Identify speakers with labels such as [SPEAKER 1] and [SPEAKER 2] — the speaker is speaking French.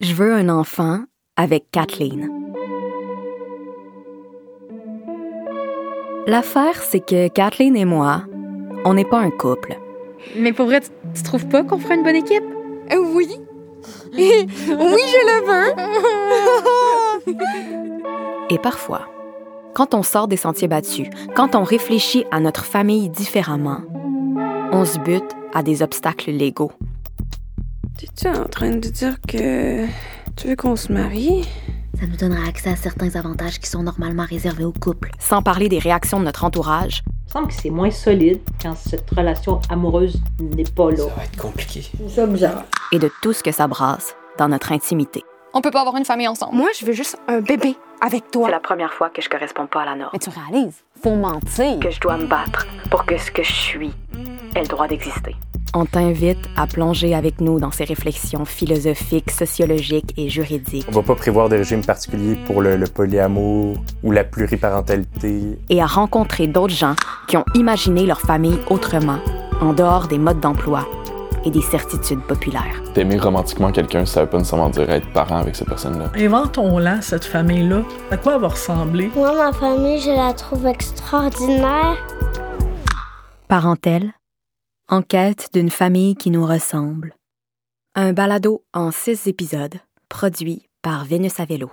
[SPEAKER 1] Je veux un enfant avec Kathleen. L'affaire, c'est que Kathleen et moi, on n'est pas un couple.
[SPEAKER 2] Mais pour vrai, tu, tu trouves pas qu'on fera une bonne équipe?
[SPEAKER 3] Euh, Oui. oui, je le veux.
[SPEAKER 1] Et parfois, quand on sort des sentiers battus, quand on réfléchit à notre famille différemment, on se bute à des obstacles légaux.
[SPEAKER 4] T'es-tu en train de dire que tu veux qu'on se marie?
[SPEAKER 5] Ça nous donnera accès à certains avantages qui sont normalement réservés aux couples.
[SPEAKER 1] sans parler des réactions de notre entourage,
[SPEAKER 6] Il me semble que c'est moins solide quand cette relation amoureuse n'est pas là.
[SPEAKER 7] Ça va être compliqué.
[SPEAKER 1] et de tout ce que ça brasse dans notre intimité.
[SPEAKER 8] On peut pas avoir une famille ensemble.
[SPEAKER 3] Moi, je veux juste un bébé avec toi.
[SPEAKER 1] la première fois que je corresponds pas à la norme,
[SPEAKER 9] Mais tu réalises, faut mentir.
[SPEAKER 1] je dois me battre pour que ce que je suis ait le droit d'exister. On t'invite à plonger avec nous dans ces réflexions philosophiques, sociologiques et juridiques
[SPEAKER 7] On va pas prévoir de régime particulier pour le, le polyamour ou la pluriparentalité.
[SPEAKER 1] et à rencontrer d'autres gens qui ont imaginé leur famille autrement, en dehors des modes d'emploi et des certitudes populaires.
[SPEAKER 10] T'aimer romantiquement quelqu'un, ça veut pas nécessairement dire être parent avec cette personne-là.
[SPEAKER 11] Inventons-la, cette famille-là. À quoi elle va ressembler?
[SPEAKER 8] Moi, ma famille, je la trouve extraordinaire.
[SPEAKER 1] Parentèle, en quête d'une famille qui nous ressemble. Un balado en six épisodes, produit par Vénus à vélo.